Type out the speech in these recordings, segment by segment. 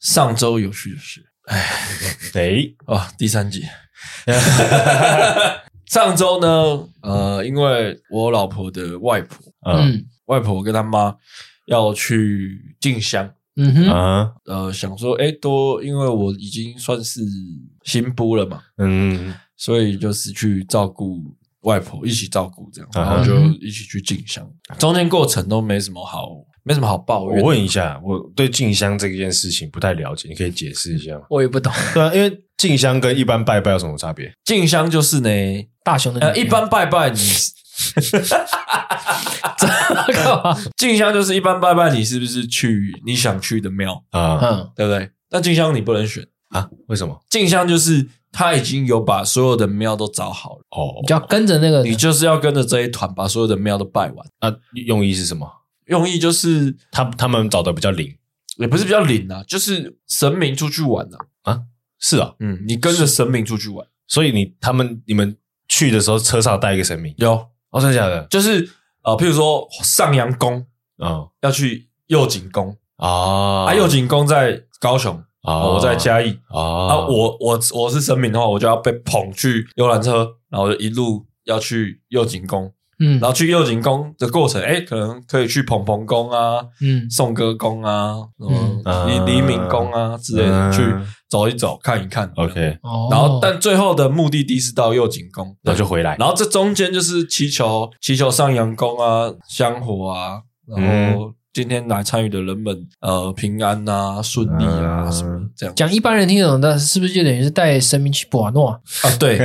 上周有趣的事哎，哦，第三集。 上周呢，呃，因为我老婆的外婆，嗯嗯外婆跟她妈要去进香，嗯哼，啊，呃，想说，哎，都因为我已经算是新夫了嘛，嗯所以就是去照顾外婆，一起照顾这样，啊然哈后就一起去进香，中间过程都没什么好，没什么好抱怨我。问一下，我对静香这件事情不太了解，你可以解释一下吗？我也不懂。对啊，因为静香跟一般拜拜有什么差别？进香就是呢，大雄的呃，女一儿般拜拜你 干嘛？进嗯香就是一般拜拜，你是不是去你想去的庙，啊嗯对不对？那进香你不能选，啊，为什么？进香就是他已经有把所有的庙都找好了，哦你就要跟着那个你就是要跟着这一团把所有的庙都拜完。啊，用意是什么？用意就是他他们找的比较灵也不是比较灵啊，就是神明出去玩啊。是啊，嗯，你跟着神明出去玩，所以你他们你们去的时候车上带一个神明有哦，真的假的？就是呃，譬如说上阳宫嗯要去右景宫啊啊，右景宫在高雄，啊啊我在嘉义啊啊，我我我是神明的话，我就要被捧去游览车，然后就一路要去右景宫，嗯然后去右景宫的过程，哎，可能可以去捧捧宫啊、嗯颂歌宫啊、什么嗯黎啊黎明宫啊之类的，嗯去走一走、看一看。 OK，哦，然后但最后的目的地是到右景宫，然后就回 来然后这中间就是祈求祈求上阳宫啊、香火啊，然嗯后今天来参与的人们呃平安啊、顺利啊、嗯什么的这样讲一般人听得懂，但是不是就等于是带神明去博诺？啊， 对，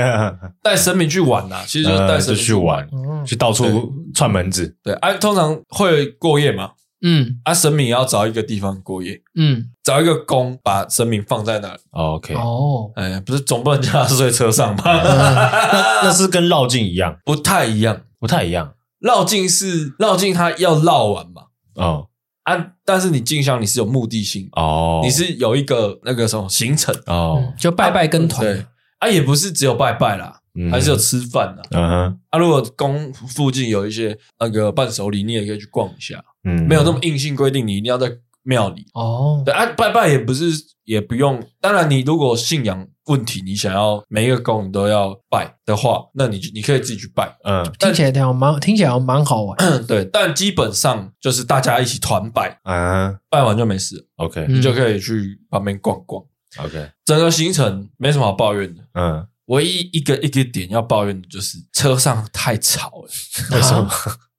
带神明去玩呐、啊，其实就是带呃神就明去玩，嗯去到处串门子对，啊，通常会过夜嘛，嗯啊，神明也要找一个地方过夜，嗯，找一个宫把神明放在那里， OK。 哦，哎，不是总不能叫他睡车上嗯吧？那那是跟绕境一样， 不太一样，不太一样绕境是绕境，他要绕完嘛，哦啊，但是你进香你是有目的性的。哦，你是有一个那个什么行程，哦嗯，就拜拜跟对团，啊，也不是只有拜拜啦，嗯还是有吃饭啦。嗯哼啊，如果宫附近有一些那个伴手礼，你也可以去逛一下，嗯，没有那么硬性规定你一定要在庙里。哦，对啊，拜拜也不是也不用，当然你如果信仰问题，你想要每一个宫你都要拜的话，那你就你可以自己去拜。嗯嗯听起来挺好，蛮听起来好像蛮好玩。 对，但基本上就是大家一起团拜，啊拜完就没事了， ，OK 嗯你就可以去旁边逛逛。 OK，整个行程没什么好抱怨的。嗯，唯一一个一个点要抱怨的就是车上太吵了， 为什么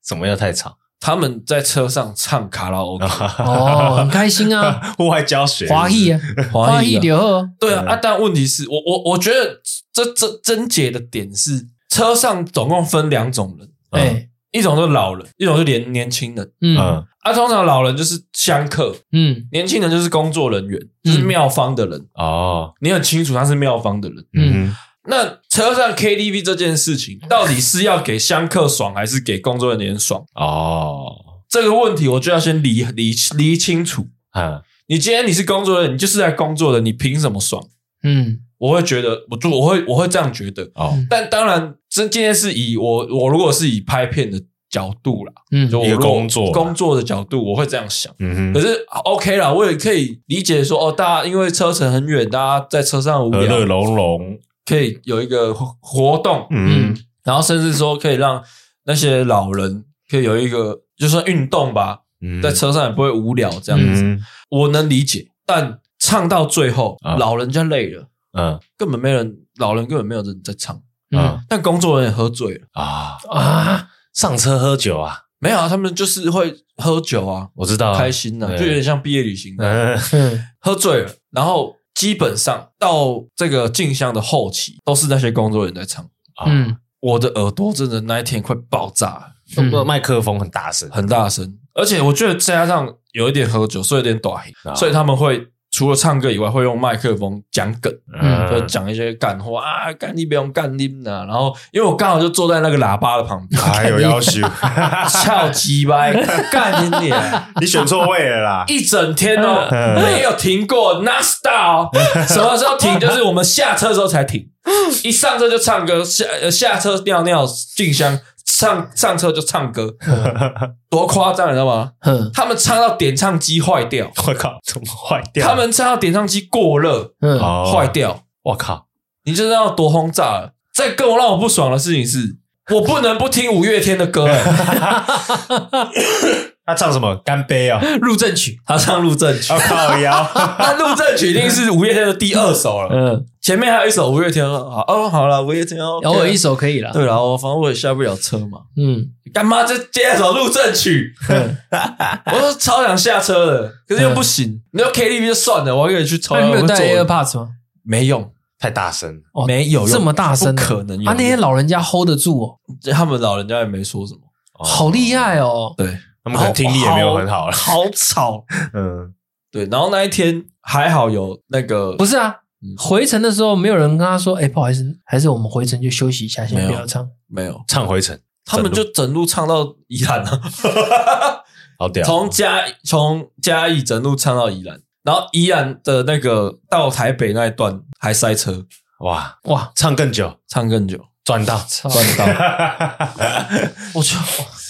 怎么要太吵？他们在车上唱卡拉 OK，哦，很开心啊，户外教学华裔啊， 嗯华华裔裔啊就好。对啊啊！但问题是我我我觉得这这症结的点是，车上总共分两种人，哎，一种是老人，一种是年年轻人。嗯嗯啊，通常老人就是香客，嗯年轻人就是工作人员，就是嗯妙方的人。哦你很清楚他是妙方的人。嗯那车上 KTV 这件事情，到底是要给香客爽，还是给工作人员爽？哦这个问题，我就要先理理理清楚。嗯你今天你是工作人员，你就是来工作的，你凭什么爽？嗯我会觉得，我就我会我会这样觉得。哦但当然，这今天是以我我如果是以拍片的角度啦，嗯就我一个如果工作啦工作的角度，我会这样想。嗯可哼，是 OK 啦，我也可以理解说，哦，大家因为车程很远，大家在车上无和乐聊，融融，可以有一个活活动，嗯然后甚至说可以让那些老人可以有一个就算运动吧，嗯在车上也不会无聊这样子。嗯我能理解，但唱到最后，啊老人家累了，嗯根本没人，老人根本没有人在唱。嗯嗯但工作人员喝醉了，啊，啊，上车喝酒啊，没有啊，他们就是会喝酒啊，我知道开心呐、啊，对就有点像毕业旅行的，嗯嗯喝醉了，然后基本上到这个进香的后期，都是那些工作人员在唱。啊嗯我的耳朵真的那一天快爆炸了，嗯麦克风很大声很大声，而且我觉得再加上有一点喝酒，所以有点短黑啊，，所以他们会。除了唱歌以外，会用麦克风讲梗，嗯就讲一些干话啊，干你不用干你呐、然后因为我刚好就坐在那个喇叭的旁边还有哎 要求， 翘鸡掰，干你娘！你选错位了啦。一整天哦，嗯没有停过，not stop。什么时候停？就是我们下车的时候才停，一上车就唱歌，下呃下车尿尿进香，上上车就唱 歌，多夸张，你知道吗？嗯他们唱到点唱机坏掉， 我靠，怎么坏掉？他们唱到点唱机过热嗯，哦坏。掉，我靠，你就知道多轰炸了。再更让我不爽的事情是，我不能不听五月天的歌、 欸他唱什么？干杯 啊！入阵曲，他唱《路正曲 我》，靠腰。那《路正曲》一定是五月天的第二首了，嗯，前面还有一首五月天了。好哦，好了，五月天哦，偶尔一。首可以了。对了，我反正我也下不了车嘛，嗯，干嘛就接一首《路正 曲》嗯我都超想下车的，可是又不行。你要 KTV 就算了，我还可以去抽那烟。你没有我带坐 AirPods 吗？没用，太大声，哦没有用这么大声不的，可能有啊！那些老人家 hold 得住哦，他们老人家也没说什么。好厉害哦。对，他们可能听力也没有很好了。好吵。嗯，对，然后那一天还好有那个不是啊嗯，回程的时候没有人跟他说，哎，不好意思，还是我们回程就休息一下，先不没有要唱。没有，唱回程，他们就整路唱到宜兰了，好屌。从嘉从嘉义整路唱到宜兰，然后宜兰的那个到台北那一段还塞车，哇， 哇，唱更久，唱更久，赚 到。操！赚到 我操！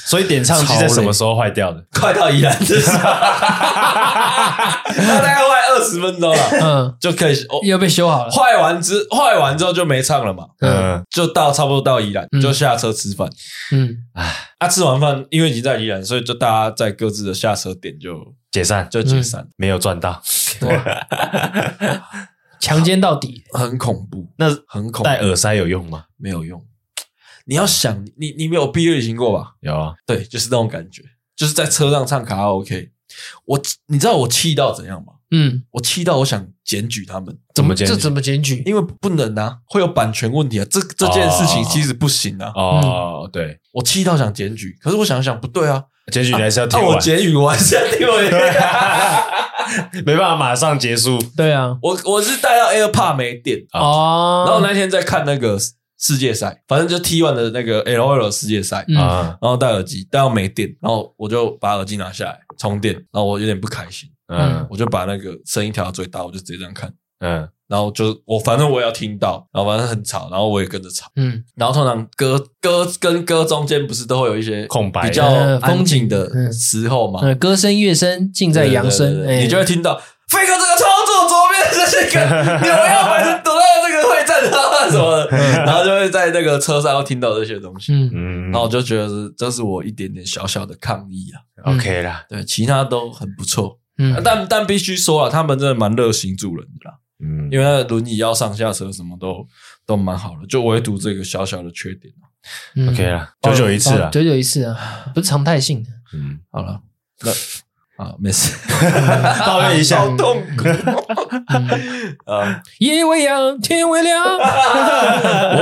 所以点唱机在什么时候坏掉的？快到宜兰的时候，那大概坏二十分钟了，嗯，就可以哦。又被修 好了。坏完之坏完之后就没唱了嘛，嗯嗯，就到差不多到宜兰嗯就下车吃饭，嗯啊，吃完饭因为已经在宜兰，所以就大家在各自的下车点就解散就嗯解散，没有赚到，强奸到底。很恐怖，那很恐怖，戴耳塞有用吗？没有用。你要想，你你没有毕业旅行过吧？有啊，对，就是那种感觉，就是在车上唱卡拉 OK。我你知道我气到怎样吗？嗯，我气到我想检举他们，怎么检举这怎么检举？因为不能啊，会有版权问题啊。这这件事情其实不行啊。哦，对，我气到想检举，可是我想想不对啊，结局你还是要听那、完我，检举我还是要听我的。 没办法马上结束。对啊， 我我是带到 AirPod 没电，啊哦，然后那天在看那个世界赛，反正就 T1 的那个 LOL 世界赛，嗯啊，然后戴耳机，戴到没电，然后我就把耳机拿下来充电，然后我有点不开心，嗯我就把那个声音调到最大，我就直接这样看，嗯，然后就我反正我也要听到，然后反正很吵，然后我也跟着吵，嗯然后通常歌歌跟歌中间不是都会有一些空白比较呃风风景景的嗯时候嘛，嗯，歌声乐声尽在扬对声，对对对哎，你就会听到飞哥这个操作左边的这个， 你们要把人躲到这个会战啊什么的，然后就会在那个车上要听到这些东西。嗯嗯然后我就觉得是这是我一点点小小的抗议啊， ，OK 啦，对，其他都很不错，嗯，但但必须说啊，他们真的蛮热心助人的啦，嗯，因为那个轮椅要上下车什么都都蛮好的，就唯独这个小小的缺点啊。嗯 OK 啦，久久一次啦哦，久久一次啊，不是常态性的。 嗯，好了，那啊没 事，抱怨一下，好痛苦嗯啊。夜未央，天未 亮，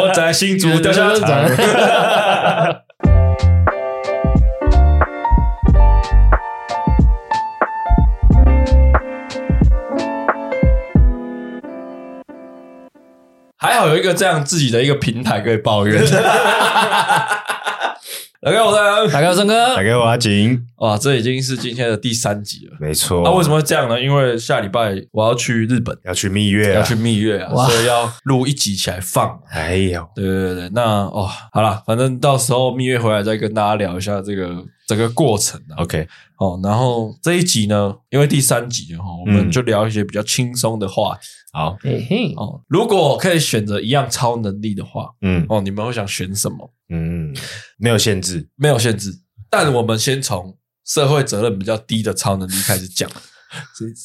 我在新竹掉下场。还好有一个这样自己的一个平台可以抱怨。大家好，大家打开三哥打，给我阿锦，哇，这已经是今天的第三集了。啊没错。那、为什么会这样呢？因为下礼拜我要去日本，要去蜜月要啊？去蜜月啊，哇所以要录一集起来放。哎呦，对对对，那哦，好啦，反正到时候蜜月回来再跟大家聊一下这个整个过程啊。 OK，哦，然后这一集呢，因为第三集哈、哦，我们嗯就聊一些比较轻松的话题好，嘿嘿，哦。如果可以选择一样超能力的话，嗯哦，你们会想选什么？嗯，没有限制，没有限制，但我们先从社会责任比较低的超能力开始 讲。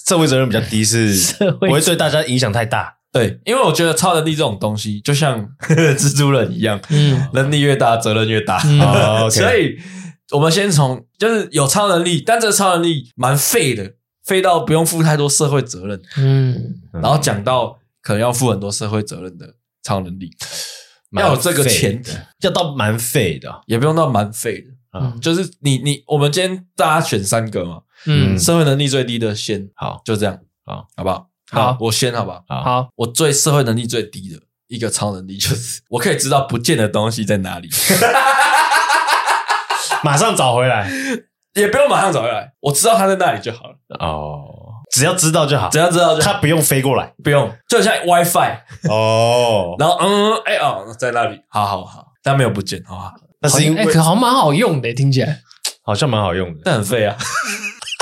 社会责任比较低是社不会会对大家影响太大。对，因为我觉得超能力这种东西，就像 蜘蛛人一样，嗯能力越大，责任越大。 嗯哦 OK 所以我们先从就是有超能力，但这个超能力蛮废的，废到不用负太多社会责任，嗯嗯然后讲到可能要负很多社会责任的超能力，蛮要有这个废的前提，要到蛮废的也不用到蛮废的。啊。就是你你我们今天大家选三个嘛，嗯社会能力最低的先好，就这样好，好不好？好我先好不好？好，好，我最社会能力最低的一个超能力就是 我可以知道不见的东西在哪里， 马上找回来也不用马上找回来，我知道它在那里就好了。哦，只要知道就好，只要知道就好他不用飞过来 不用，就像 WiFi，哦。然后嗯，哎、哦，在那里，好好好，但没有不见，好好，那是因哎、为可好像蛮好用的，听起来。好像蛮好用的，但很废啊。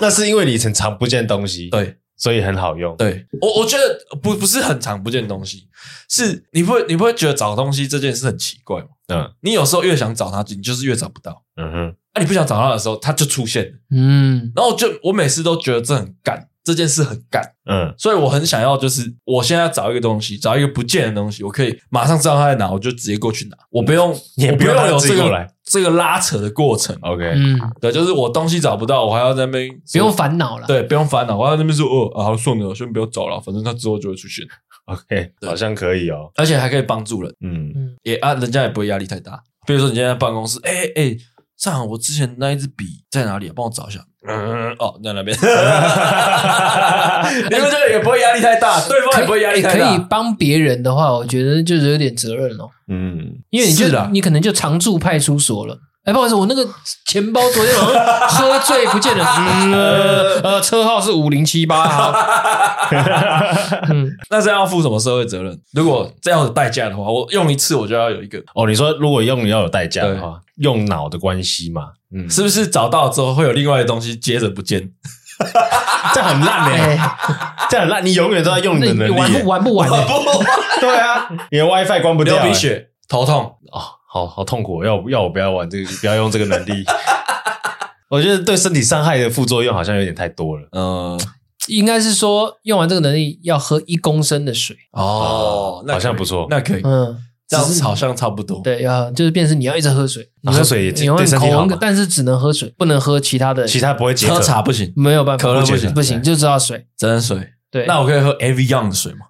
那是因为里程常不见东西，，对所以很好用。对，我我觉得不不是很常不见的东西，是你不会你不会觉得找东西这件事很奇怪吗？嗯你有时候越想找它，你就是越找不到。嗯哼，啊，你不想找它的时候，它就出现了。嗯，然后我就我每次都觉得这很干，这件事很干，嗯所以我很想要，就是我现在找一个东西，找一个不见的东西，我可以马上知道它在哪，我就直接过去拿，我不 用也我不不用用有自己这过个来哦这个拉扯的过程。 ，OK，嗯，对，就是我东西找不到，我还要在那边不用烦恼了。，对，不用烦恼，我还要在那边说哦，啊，好算了，先不要找了，反正它之后就会出现， OK，好像可以哦。而且还可以帮助人，嗯，也啊，人家也不会压力太大。比如说你现在在办公室，哎、哎、上海我之前那一支笔在哪里、啊？帮我找一下。嗯，哦，在那边，你们这个也不会压力太大，对方也不会压力太可大。以帮别人的话，我觉得就是有点责任哦，嗯，因为你就是啦你可能就常驻派出所了。哎，不好意思，我那个钱包昨天晚上喝醉不见了，嗯呃，呃车号是五零七八，好嗯，那这样要负什么社会责任？如果这样的代价的话，我用一次我就要有一个，哦，你说如果用要有代价的话，用脑的关系嘛， 嗯，是不是找到之后会有另外的东西接着不见？这样很烂哎嘞，， 这样很烂，你永远都在用你那的你能玩力不耶。玩不玩呢？ 对啊，你的 WiFi 关不流掉耶，鼻血、头痛，哦，好好痛苦，要要我不要玩这个，不要用这个能力。我觉得对身体伤害的副作用好像有点太多了。嗯，应该是说用完这个能力要喝一公升的水，哦，那好像可以不错那可以，嗯，这样只是好像差不多。对，要就是变成你要一直喝水，你啊喝水也你会对身体口好红嘛，但是只能喝水，不能喝其他的，其他不会解渴喝，茶不行，没有办法，可乐不我觉得行不行，就知道水。只能水。对，那我可以喝 a v y Young 的水吗？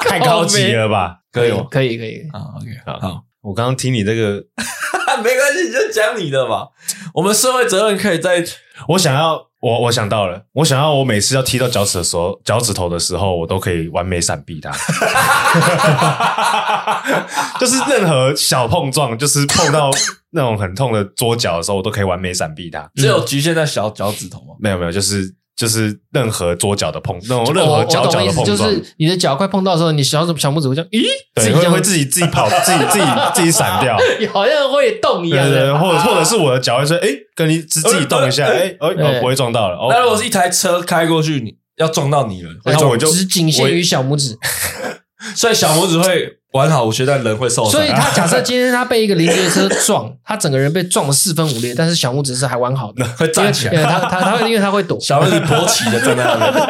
太高级了吧？可以吗？可以，可以，可以啊，OK，好好， 我刚刚听你这个，没关系，你就讲你的嘛。我们社会责任可以在我想要，我我想到了，我想要，我每次要踢到脚趾的时候，脚趾头的时候，我都可以完美闪避它。 就是任何小碰撞，就是碰到那种很痛的桌角的时候，我都可以完美闪避嗯它。只有局限在小脚趾头嘛。没有没有，就是就是任何桌角的碰，那种任我何我脚懂角意的思，碰就撞，是你的脚快碰到的时候，你小手小拇指会这样，咦，对，这会样会自己自己跑，自己 自己自己闪掉，好像会动一对样对对，的。或者或者是我的脚会说，哎，跟你自自己动一下，哎，哦哎哦，不会撞到了，呃那如果哦，是一台车开过去，你要撞到你了，哎然这后我就只仅限于小拇指，所以小拇指会完好无缺，但人会受伤。啊所以他假设今天他被一个邻居的车撞，他整个人被撞得四分五裂，但是小拇指是还完好 的，会站起因来，为他他他会因为他会躲，小拇指勃起的站在那边，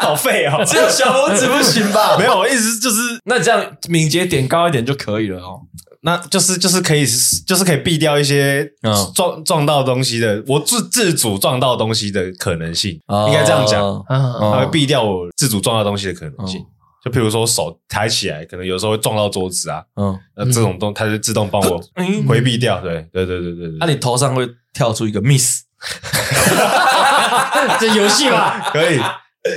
好废 哦， 只有小拇指不行吧 没？有，我意思就是， 那这样敏捷点高一点就可以了哦。那就是就是可以就是可以避掉一些嗯撞撞到东西的，我自自主撞到东西的可能性，应该这样讲，哦嗯，哦它会避掉我自主撞到东西的可能性。就比如说手抬起来，可能有时候会撞到桌子啊，嗯，那这种东它就自动帮我嗯回避掉。对对对对对那、对，你头上会跳出一个 miss， 这游戏嘛，可以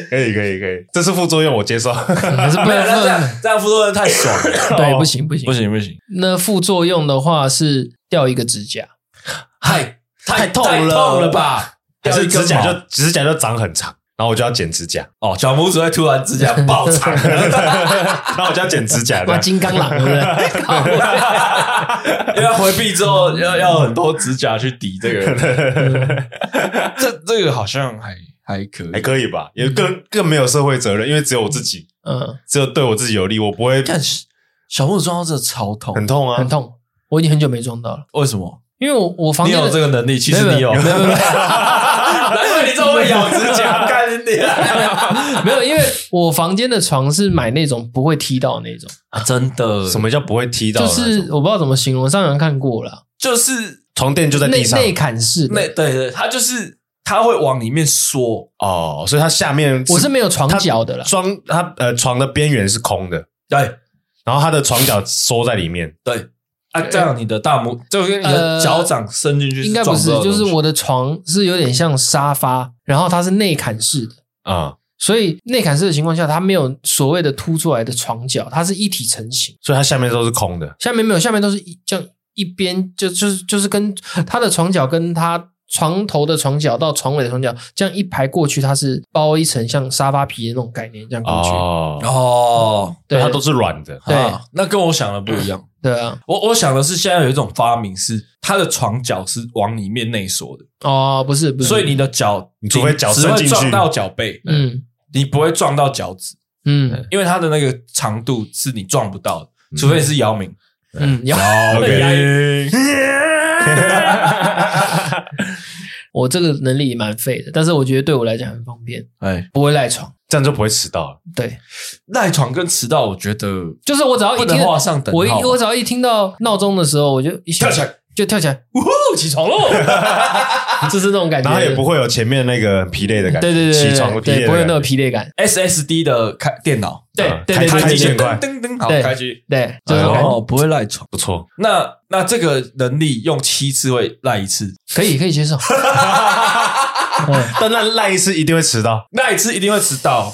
可以可以可以，这是副作用，我接 受。可是不没有，能那不这能样这哦样副作用太爽了，对，不行不 行不。行不行，那副作用的话是掉一个指甲，太太痛太了痛了吧？还是指甲掉一根毛就指甲就长很长，然后我就要剪 指甲，哦，小拇指会突然指甲爆 长，然后我就要剪指甲。这哇，样金刚狼，对不 对？靠要回避之后要要很多指甲去抵这 个，这这个好像还还可还以。可以吧？也更更没有社会责任，因为只有我自己，嗯，只有对我自己有利，我不会但是小拇指撞到这超痛，很痛啊，很痛，我已经很久没撞到了，为什么？因为我我房你间有的这个能力，其实没有你有，没有没有没有 难怪你这么会咬指 甲，干你啊娘！没有，因为我房间的床是买那种不会踢到那种，啊真的，什么叫不会踢到啊就呢？是我不知道怎么形容，上网看过了，就是床垫就在内地上内砍式的，那对对，它就是它会往里面缩，哦，所以它下面我是没有床脚的啦，装它呃床的边缘是空的，对然后它的床脚缩在里面，对，啊，这样你的大拇就跟你的脚掌伸进去，应该不是，就是我的床是有点像沙发，然后它是内砍式的，啊，所以内砍式的情况下，它没有所谓的凸出来的床脚，它是一体成型，所以它下面都是空的。下面没有，下面都是一这样一边就就是就是跟它的床脚跟它。床头的床脚到床尾的床脚，这样一排过去，它是包一层像沙发皮的那种概念，这样过去。哦，哦，对，它都是软的。对啊那跟我想的不一样。对啊，我我想的是，现在有一种发明是它的床脚是往里面内缩的，哦，不是不是，所以你的脚你除非脚只伸会进去撞到脚背，嗯你不会撞到脚趾，嗯因为它的那个长度是你撞不到的，嗯除非你是姚明。嗯，哦要压 OK，哎我这个能力也蛮废的，但是我觉得对我来讲很方便，哎，不会赖床。 这样就不会迟到了。对，赖床跟迟到，我觉得就是我只要一不听能到画上等我一号吧。我只要一听到闹钟的时候，我就一下跳起来，就跳起来，呜呼，起床 喽！ 就是那种感觉。然后也不会有前面那个很疲累的感觉，对对对对起床的对疲累对，的不会有那个感觉疲累感。 SSD 的开电脑，对嗯对开对对开对机对很快噔，噔噔，好，对开机。对，就是那种感觉哦，不会赖床。不错。那那这个能力用七次会赖一次，可以可以接受。嗯但那赖一次一定会迟到，赖一次一定会迟到。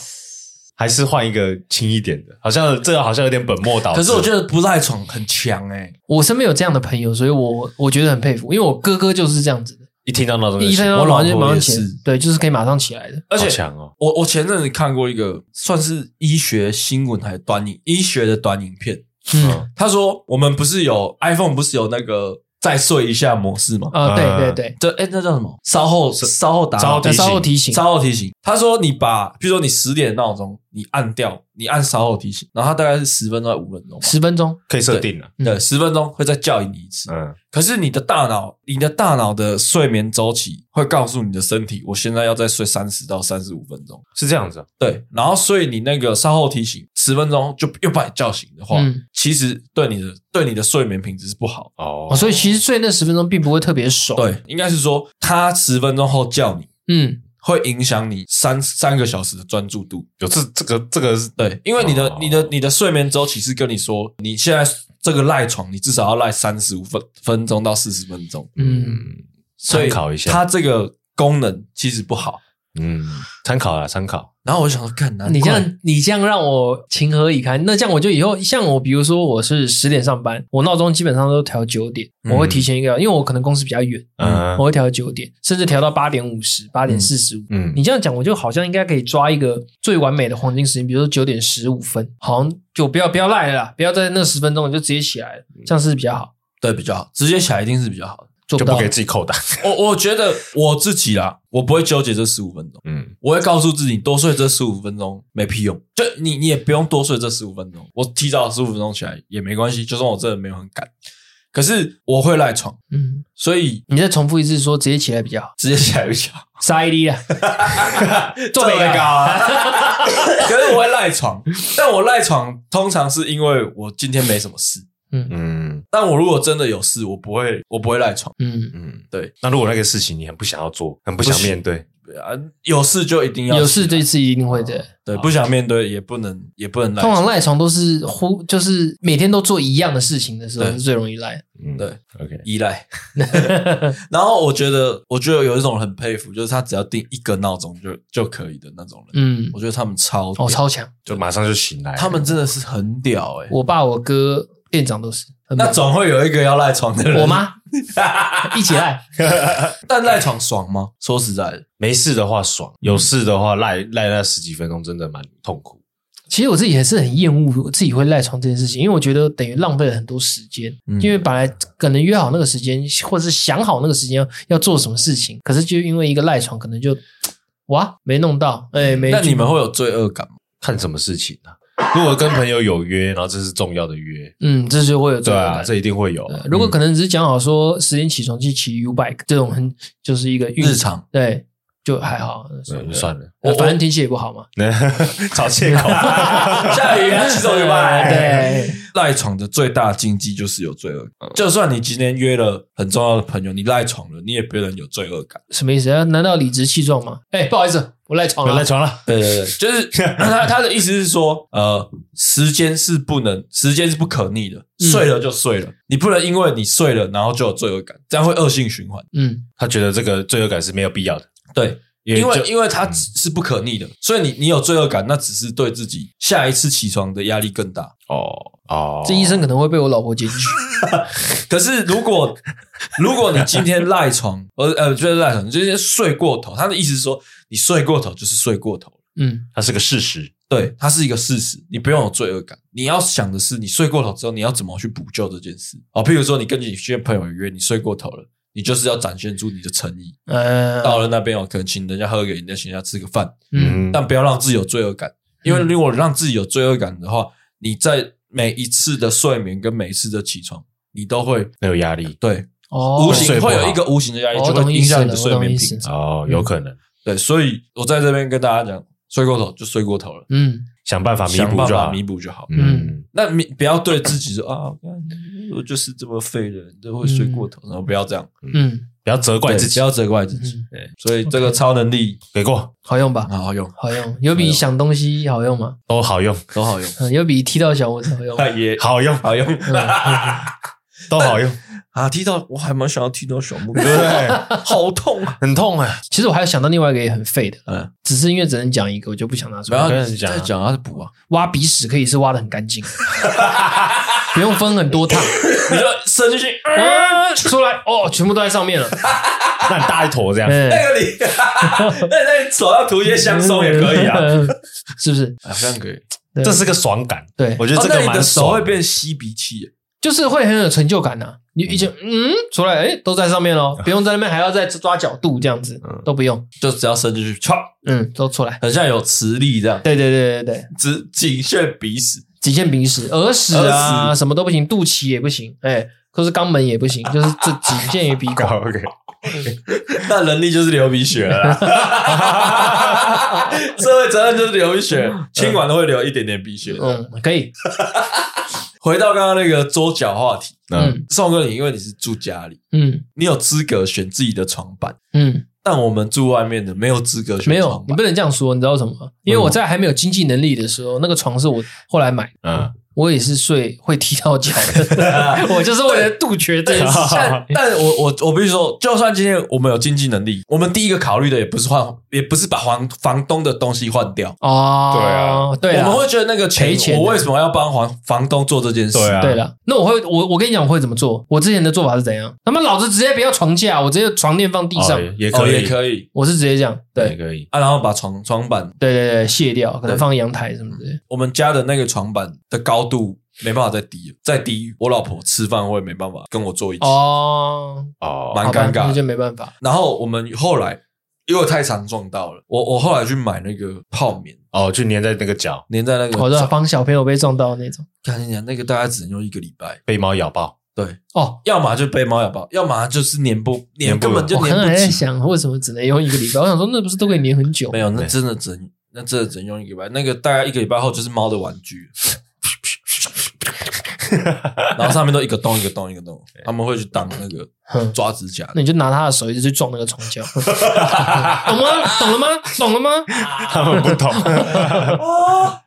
还是换一个轻一点的？好像这个好像有点本末倒置。可是我觉得不赖床很强哎，我身边有这样的朋友，所以我我觉得很佩服，因为我哥哥就是这样子的，一听到闹钟就一醒，天到我晚老马婆上就马上也起来是，对，就是可以马上起来的。而好且强哦，我我前阵子看过一个算是医学新闻还是短影医学的短影片，嗯他说我们不是有 iPhone 不是有那个再睡一下模式吗？啊，对对嗯对，这哎那叫什么？稍后稍后打扰稍后提醒稍后提醒，稍后提醒。他说你把，比如说你十点闹钟，你按掉，你按稍后提醒，然后他大概是十分钟到五分钟吧，十分钟，可以设定了。嗯对，十分钟会再叫你一次。嗯，可是你的大脑，你的大脑的睡眠周期会告诉你的身体，我现在要再睡三十到三十五分钟。是这样子啊。对，然后所以你那个稍后提醒十分钟就又把你叫醒的话，嗯其实对你的对你的睡眠品质是不好哦哦，所以其实睡那十分钟并不会特别爽。的。，对，应该是说他十分钟后叫你，嗯，会影响你三三个小时的专注度。有这这个这个是对，因为你的、哦你的、你的睡眠周期是跟你说，你现在这个赖床，你至少要赖三十五分分钟到四十分钟，嗯，所以参考一下它这个功能其实不好。嗯，参考啦，参考。然后我就想说，看难怪你这样你这样让我情何以堪？那这样我就以后像我，比如说我是十点上班，我闹钟基本上都调九点，嗯我会提前一个小时，因为我可能公司比较远，嗯我会调九点，甚至调到八点五十、八点四十五。嗯你这样讲，我就好像应该可以抓一个最完美的黄金时间，比如说九点十五分，好像就不要不要赖了啦，不要在那十分钟你就直接起来了，嗯这样是不是比较好。对比较好，直接起来一定是比较好的。做就到不给自己扣档。我我觉得我自己啦，我不会纠结这十五分钟， 嗯，我会告诉自己多睡这十五分钟没屁用，就你你也不用多睡这十五分钟，我提早十五分钟起来也没关系，就算我真的没有很赶，可是我会赖床，嗯，所以你再重复一次说直接起来比较好，直接起来比较好。 杀 一滴啊，做北北高高啊。 可是我会赖床，但我赖床通常是因为我今天没什么事。嗯但我如果真的有事，我不会，我不会赖床。嗯。嗯，对。那如果那个事情你很不想要做，很不想面对，啊，有事就一定要有事起来这次一定会的。对，不想面对也不能也不能赖通常床。赖床都是忽，就是每天都做一样的事情的时候对是最容易赖。嗯对，OK，依 赖，然后我觉得，我觉得有一种很佩服，就是他只要定一个闹钟就就可以的那种人。嗯，我觉得他们超屌哦，超强！就马上就醒来了。他们真的是很屌哎、我爸、我哥、店长都是。很那猛总会有一个要赖床的人。我？妈一起赖。 但赖床爽吗？说实在的，没事的话爽，有事的话赖赖那十几分钟真的蛮痛苦。其实我自己也是很厌恶我自己会赖床这件事情，因为我觉得等于浪费了很多时间。嗯因为本来可能约好那个时间，或者是想好那个时间要做什么事情，可是就因为一个赖床，可能就哇没弄到，哎、没。那你们会有罪恶感吗？看什么事情啊？如果跟朋友有约，然后这是重要的约，嗯，这就会有这对种啊，感这一定会有。呃如果可能只是讲好说十点起床去骑 U bike 这种很就是一个运日， 常对，就还好，嗯算了算了，呃反 正天气也不好嘛，找借口。哎啊下雨，骑走就拜。对，嗯赖床的最大禁忌就是有罪恶感。就算你今天约了很重要的朋友，你赖床了，你也不能有罪恶感。什么意思？啊难道理直气壮吗？哎、不好意思，我赖床我了。赖床了，对对对，就是他他的意思是说，呃，时间是不能，时间是不可逆的，嗯睡了就睡了，你不能因为你睡了然后就有罪恶感，这样会恶性循环。嗯，他觉得这个罪恶感是没有必要的，对，因因为就因为它只是不可逆的，所以你你有罪恶感，那只是对自己下一次起床的压力更大。哦哦，这医生可能会被我老婆检举。可是如果如果你今天赖床，呃呃，就是赖床，你今天睡过头，他的意思是说你睡过头就是睡过头了嗯，它是个事实，对，它是一个事实，你不用有罪恶感。你要想的是，你睡过头之后，你要怎么去补救这件事哦，譬如说，你跟你些朋友约，你睡过头了，你就是要展现出你的诚意。呃，到了那边哦，可能请人家喝个饮料，请人家吃个饭，嗯，嗯，但不要让自己有罪恶感，因为如果让自己有罪恶感的话，你在每一次的睡眠跟每一次的起床，你都会没有压力对哦，无睡形不会好有一个无形的压力，哦就我懂会意影思响你了的我睡懂眠意品思质。哦，有可能对，所以我在这边跟大家讲，睡过头就睡过头了，嗯，想办啊法弥想补办就法好弥，补就好。嗯，那你不要对自己说啊，我就是这么废人，都会睡过头，然后不要这样，嗯，不要责怪对自不己，要责怪自己嗯。对，所以这个超能力给过好用吧？很嗯好用，好用，有比想东西好用吗？都好用，都好 用，嗯，有比踢到小蚊子好用 吗。嗯也好用，好用都好用， 啊！踢到我还蛮想要踢到小木对不对？ 好痛 啊！很痛 哎，其实我还有想到另外一个也很废的，嗯，只是因为只能讲一个，我就不想拿出不来。要跟人讲啊再讲，他是补啊，挖鼻屎可以是挖的很干净，不用分很多趟， 你就伸进去， 啊出来哦，全部都在上 面了。那很大一坨这样，嗯， 那个你， 那那你手上涂一些香松也可以啊，，是不是？ 好像可以。对这是个爽感，对，我觉得这哦个那你蛮的手爽会， 变吸鼻器耶，就是会很有成就感呐、你以前嗯出来哎都在上面 咯，不用在那边还要再抓角度这样子，都不用，就只要伸进去，唰，嗯，都出来。很像有磁力这样，对对对对对，只仅限鼻屎。极限鼻屎、耳屎耳啊，什么都不行，肚脐也不行，哎，可是肛门也不 行，就是这仅限于鼻 孔。哦 OK，那能力就是流鼻血了 啦，社会责任就是流鼻血，清完都会流一点点鼻血。嗯，可以，回到刚刚那个桌角话题，嗯，嗯宋哥，你因为你是住家里，嗯你有资格选自己的床板，嗯，但我们住外面的没有资格没选有床，你板。不能这样说，你知道为什么吗？因为我在还没有经济能力的时候，那个床是我后来买的，嗯，我也是睡会踢到脚的， 我就是为了杜绝这件事情。但但我我我必须说，就算今天我们有经济能力，我们第一个考虑的也不是换，也不是把房房东的东西换掉。哦，对啊，我们会觉得那个赔钱，钱的我为什么要帮房房东做这件事？对啊对了，那我会，我我跟你讲，我会怎么做？我之前的做法是怎样？他妈老子直接不要床架，我直接床垫放地上，哦也哦，可以，也可以我是直接这样，也对可以，啊，然后把床床板，对对对，卸掉，可能对放阳台什么之类的。我们家的那个床板的高度没办法再低了，再低我老婆吃饭会没办法跟我坐一起，哦，哦，蛮好吧尴尬那的就没办法。然后我们后来因为我太常撞到了，我我后来去买那个泡棉，哦，就粘在那个脚，粘在那个，我知道哦啊帮小朋友被撞到那种。看你讲那个大概只能用一个礼拜，被猫咬爆，对，哦，要么就被猫咬爆，要么就是粘不粘，粘不根本就我刚粘刚还不在起。想，为什么只能用一个礼拜？我想说，那不是都可以粘很久没？有，那对真的只能那真的只能用一个礼拜，那个大概一个礼拜后就是猫的玩 具，然后上面都一个洞一个洞一个洞，他们会去当那个哼抓指甲那你就拿他的手一直去撞那个床 脚，懂吗？懂了吗？懂了吗？ 他们不懂。 啊，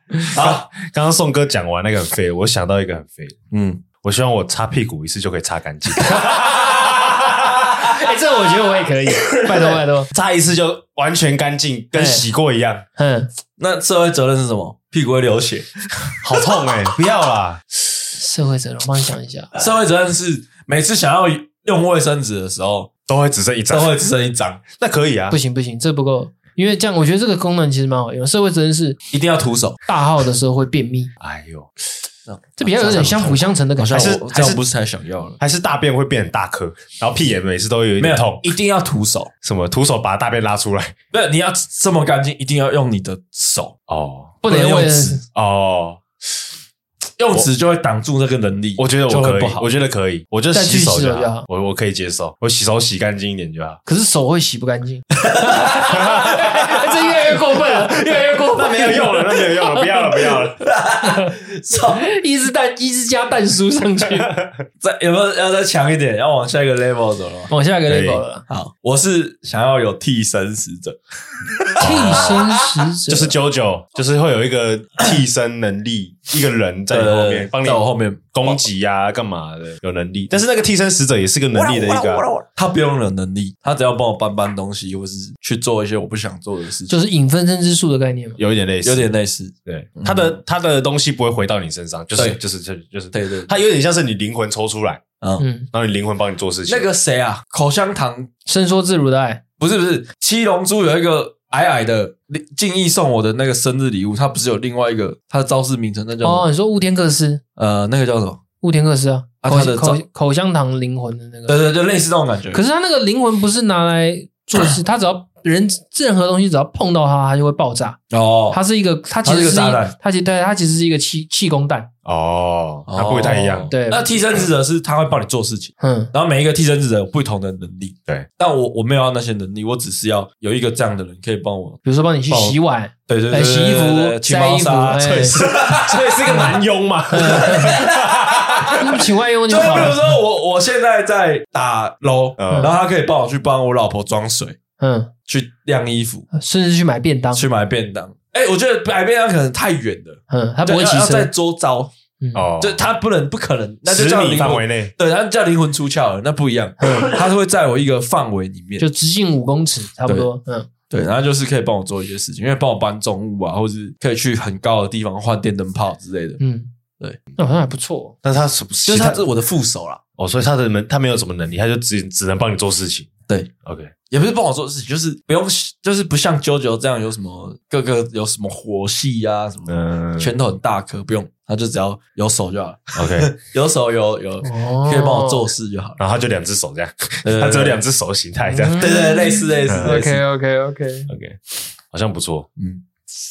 刚刚宋哥讲完那个很废，我想到一个很废，嗯，我希望我擦屁股一次就可以擦干净， 哎，这个我觉得我 也可以，拜托拜托。擦一次就完全干净，哎跟洗过一样，嗯，那社会责任是什么？屁股会流血，好痛哎！不要啦，社会责任，我帮你想一下。社会责任是每次想要用卫生纸的时候都会只剩一张都，会只剩一张，那可以啊不，行不行，这不够，因为这样我觉得这个功能其实蛮好用。社会责任是一定要徒手。大号的时候会便秘，哎呦，这比较有点相辅相成的好感觉像。还是我这样不是太想要了，还是大便会变很大颗，然后屁眼每次都有一没点有痛，，一定要徒手。什么徒手把大便拉出来，不是你要这么干净，一定要用你的手，哦不能不能用为了纸哦，用纸就会挡住那个能力，我觉得就我会可不以，好我。觉得可以，我就洗手再去洗手就好好，我我可以接受，我洗手洗干净一点就好。 可是手会洗不干净，这越来越过分了。越来越过那分，没有用了，那没有用了，不要了，不要了。操一只蛋一只加蛋书上去，再有没有要再强一点？要往下一个 level 走了吗？往下一个 level 了，好，我是想要有替身使者，替身使者 就是九九，就是会有一个替身能力，一个人在你后面帮你在我后面攻击啊，干嘛的有能力。但是那个替身使者也是个能力的一个啊，他不用有能力，他只要帮我搬搬东西，或是去做一些我不想做的事情，就是引分身之术的概念嘛。有一点类似，有点类似。对他的他的东西不会回到你身上，就是对就是就是就是，对对，他有点像是你灵魂抽出来，嗯，嗯，然后你灵魂帮你做事情。那个谁啊，口香糖伸缩自如的爱，不是不是，七龙珠有一个矮矮的敬意送我的那个生日礼物，它不是有另外一个它的招式名称，那叫什么哦，你说雾天克斯，呃那个叫什么？雾天克斯啊，啊口他的口照口香糖灵魂的那对对，个，就类似这种感觉。可是他那个灵魂不是拿来做事，他只要人任何东西只要碰到它，它就会爆炸。哦，它是一个，它其实是它是一个炸一弹，它其实对，它其实是一个气气功弹。哦，他不会太一样哦。对那替身使者是他会帮你做事情，嗯，然后每一个替身使者有不同的能力。对，但我我没有要那些能力，我只是要有一个这样的人可以帮我。比如说帮你去爆洗碗，对对哎对，洗衣服、清晒猫衣服，砂，所以是，所以是个男佣嘛，嗯哎，请外佣就就比好如了。说我我现在在打楼，嗯然后他可以帮我去帮我老婆装水、嗯，去晾衣服、甚至去买便当。去买便当。哎，我觉得买便当可能太远了，嗯，他他不会骑要在车。周遭，嗯，哦，就他不能不可能，那就十叫米灵范魂围。内，对，他叫灵魂出窍了，那不一样，他是会在我一个范围里面，就直径五公尺，差不多。嗯，对，然后就是可以帮我做一些事情，因为帮我搬重物啊，或是可以去很高的地方换电灯泡之类的。嗯，对，那好像还不错。但是他是就就是他是我的副手啦，哦，所以他的能他没有什么能力，他就只只能帮你做事情。对，OK，也不是帮我做事情，就是不用，就是不像啾啾这样有什么各个有什么火系啊，什么 嗯拳头很大颗，不用，他就只要有手就好了， ，OK，有手有有哦可以帮我做事就好了。然后他就两只手这样，对他只有两，只手形态这样。对对对对，类似类似嗯类似 OK OK， OK，好像不错。嗯，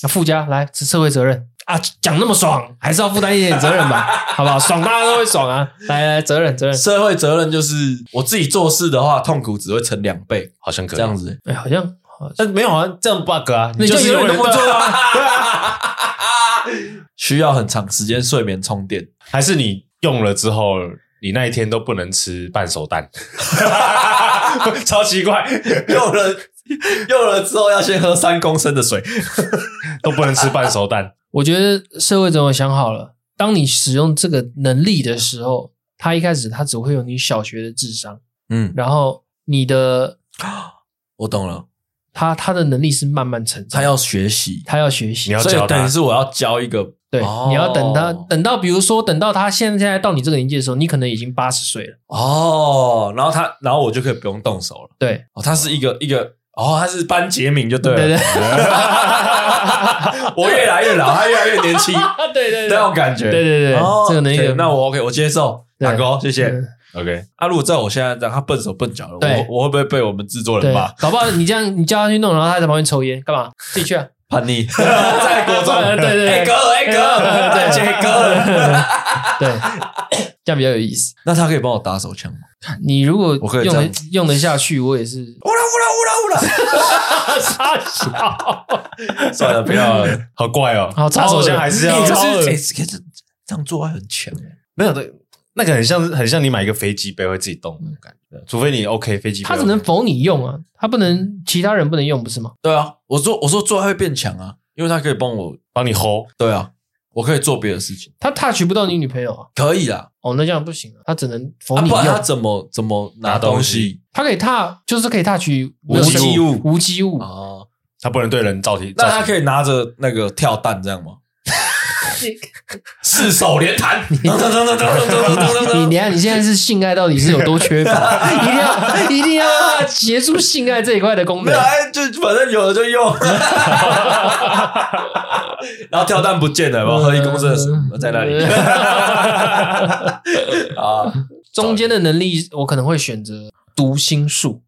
那附加来是社会责任啊，讲那么爽，还是要负担一点责任吧，好 不好？爽大家都会爽啊。来来，责任责任，社会责任就是我自己做事的话，痛苦只会乘两倍，好像可以这样，子、哎，好像好像但没有啊，这样 bug 啊，你就就是永远都不做啊， 需要很长时间睡眠充电。还是你用了之后，你那一天都不能吃半熟蛋， 超奇怪， 用了用了之后要先喝三公升的水。都不能吃半熟蛋。我觉得社会总有想好了，当你使用这个能力的时候，它一开始它只会有你小学的智商，嗯，然后你的我懂了，它它的能力是慢慢成长，他要学习，它要学习你，要所以教等于他，是我要教一个，对，哦你要等它等到比如说等到它现在到你这个年纪的时候，你可能已经八十岁了，哦，然后他，然后我就可以不用动手了。对哦，他是一个一个，哦，他是班杰明就对对了。对 我越来越老，他越来越年轻， 对对那种感觉。对对对哦，，这个能力嗯 OK，那我 OK，我接受，对打勾，谢谢。嗯 OK，啊，如果在我现在这样，他笨手笨脚的，对我我会不会被我们制作人对骂？，搞不好你这样你叫他去弄，然后他在旁边抽烟干嘛？自 己去啊，叛逆，在国中， 对对对哎哥，哎 哥，对对，杰哥。对，这样比较有意思。那他可以帮我打手枪吗？你如果我可以用这得样。用得下去，我也是乌啦乌啦乌啦乌傻笑，啦！算了，不要了。 好怪哦，好超插恶手枪还是要你就超恶是哎，可是这样做还很强。没有的，那个很像是很像你买一个飞机杯会自己动的感觉，除非你 OK 飞机杯，他只能否你用啊，他不能其他人不能用，不是吗？对啊，我做我说做爱会变强啊，因为他可以帮我。帮你 hold。对啊，我可以做别的事情，他 touch 不到你女朋友啊，可以啦。哦，那这样不行啊，他只能否啊，你不用然，他怎么怎么拿东西？他可以 touch 就是可以 touch 无机物无机物，哦，他不能对人造体，那他可以以拿着那个跳蛋这样 吗？四手连弹，噔噔噔噔噔噔噔你噔你噔。下，你现在是性爱到底是有多缺乏？ 一定要一定要结束性爱这一块的功没有，。能哎，就反正有了就用。 然后跳蛋不见了，我喝一公升的水在那里。 啊，中间的能力，我可能会选择读心术，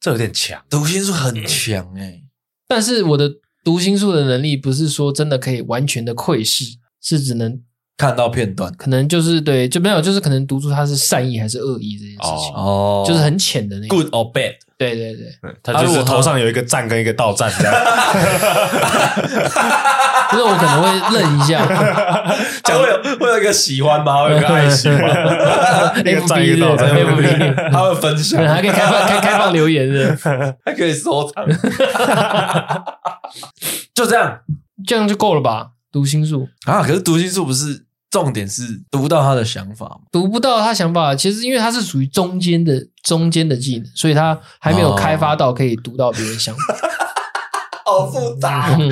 这有点强，读心术很强哎、但是我的读心术的能力不是说真的可以完全的窥视，是只能看到片段可能就是对，就没有，就是可能读出他是善意还是恶意这件事情，哦，哦，就是很浅的那种。 good or bad，对对对，他就是头上有一个赞跟一个倒赞 这样，就是我可能会愣一下他会有会有一个喜欢吗？会有一个爱心吗？一个赞一，FB 个倒赞，对 FB，他会分可享能，还可以开放开开放留言的，他可以收 藏，就这样这样就够了吧？读心术啊。可是读心术不是重点，是读到他的想法嘛读不到他想法，其实因为他是属于中间的中间的技能，所以他还没有开发到可以读到别人想法。好复杂哦嗯